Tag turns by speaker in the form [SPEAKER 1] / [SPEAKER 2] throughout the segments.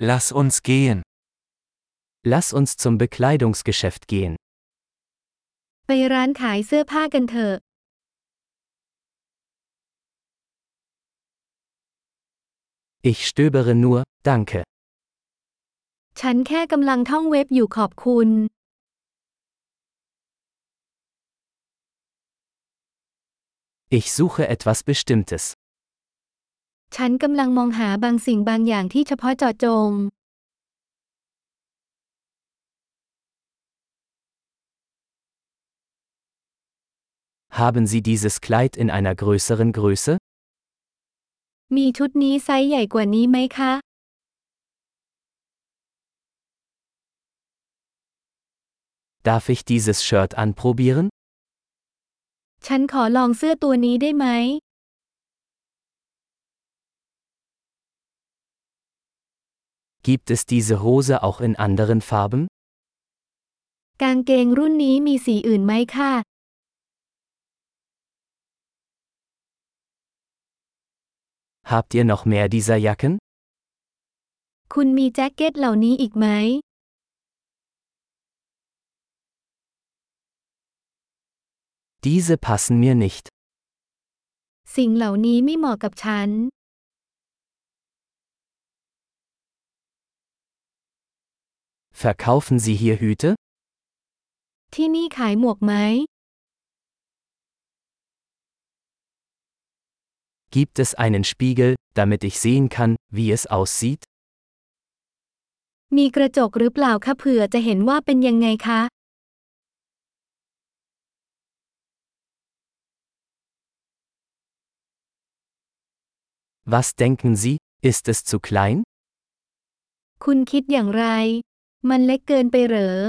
[SPEAKER 1] Lass uns gehen.
[SPEAKER 2] Lass uns zum Bekleidungsgeschäft gehen.
[SPEAKER 3] ไปร้านขายเสื้อผ้ากันเถอะ
[SPEAKER 2] Ich stöbere nur, danke.
[SPEAKER 3] ฉันแค่กำลังท่องเว็บอยู่ขอบคุณ
[SPEAKER 2] Ich suche etwas Bestimmtes.
[SPEAKER 3] ฉันกำลังมองหาบางสิ่งบางอย่างที่เฉพาะเจาะจง
[SPEAKER 2] Haben Sie dieses Kleid in einer größeren Größe?
[SPEAKER 3] มีชุดนี้ไซส์ใหญ่กว่านี้ไหมคะ
[SPEAKER 2] Darf ich dieses Shirt anprobieren?
[SPEAKER 3] ฉันขอลองเสื้อตัวนี้ได้ไหม
[SPEAKER 2] Gibt es diese Hose auch in anderen Farben?
[SPEAKER 3] กางเกงรุ่นนี้มีสีอื่นไหมคะ
[SPEAKER 2] Habt ihr noch mehr dieser Jacken?
[SPEAKER 3] คุณมีแจ็คเก็ตเหล่านี้อีกไหม
[SPEAKER 2] Diese passen mir nicht.
[SPEAKER 3] สิ่งเหล่านี้ไม่เหมาะกับฉัน
[SPEAKER 2] Verkaufen Sie hier Hüte?
[SPEAKER 3] ที่นี่ขายหมวกไหม
[SPEAKER 2] Gibt es einen Spiegel, damit ich sehen kann, wie es aussieht?
[SPEAKER 3] มีกระจกหรือเปล่าคะเผื่อจะเห็นว่าเป็นยังไงคะ
[SPEAKER 2] Was denken Sie, ist es zu klein?
[SPEAKER 3] คุณคิดอย่างไร มันเล็กเกินไปเหรอ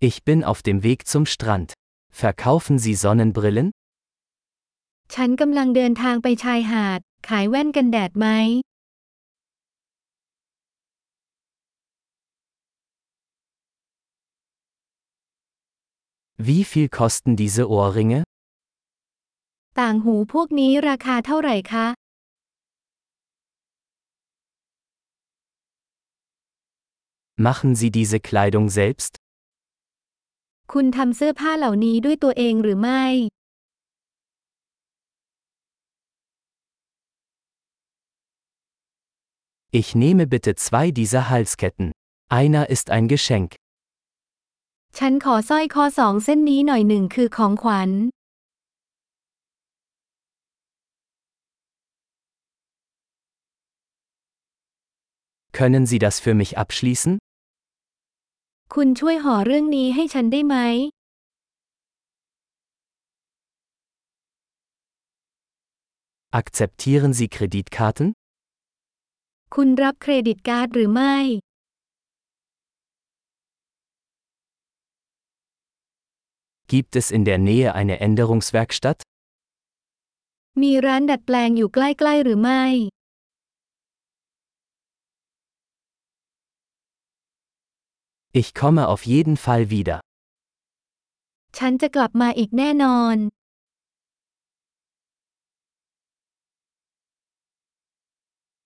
[SPEAKER 2] Ich bin auf dem Weg zum Strand. Verkaufen Sie Sonnenbrillen?
[SPEAKER 3] ฉันกำลังเดินทางไปชายหาด ขายแว่นกันแดดไหม
[SPEAKER 2] Wie viel kosten diese Ohrringe?
[SPEAKER 3] ต่างหูพวกนี้ราคาเท่าไหร่คะ
[SPEAKER 2] Machen Sie diese Kleidung selbst?
[SPEAKER 3] คุณทำเสื้อผ้าเหล่านี้ด้วยตัวเองหรือไม่
[SPEAKER 2] Ich nehme bitte zwei dieser Halsketten. Einer ist ein Geschenk.
[SPEAKER 3] ฉันขอสร้อยคอสองเส้นนี้หน่อยหนึ่งคือของขวัญ
[SPEAKER 2] Können Sie das für mich abschließen?
[SPEAKER 3] คุณช่วยห่อเรื่องนี้ให้ฉันได้ไหม
[SPEAKER 2] Akzeptieren Sie Kreditkarten?
[SPEAKER 3] คุณรับเครดิตการ์ดหรือไม่
[SPEAKER 2] Gibt es in der Nähe eine Änderungswerkstatt?
[SPEAKER 3] มีร้านดัดแปลงอยู่ใกล้ๆหรือไม่
[SPEAKER 2] Ich komme auf jeden Fall wieder.
[SPEAKER 3] ฉันจะกลับมาอีกแน่นอน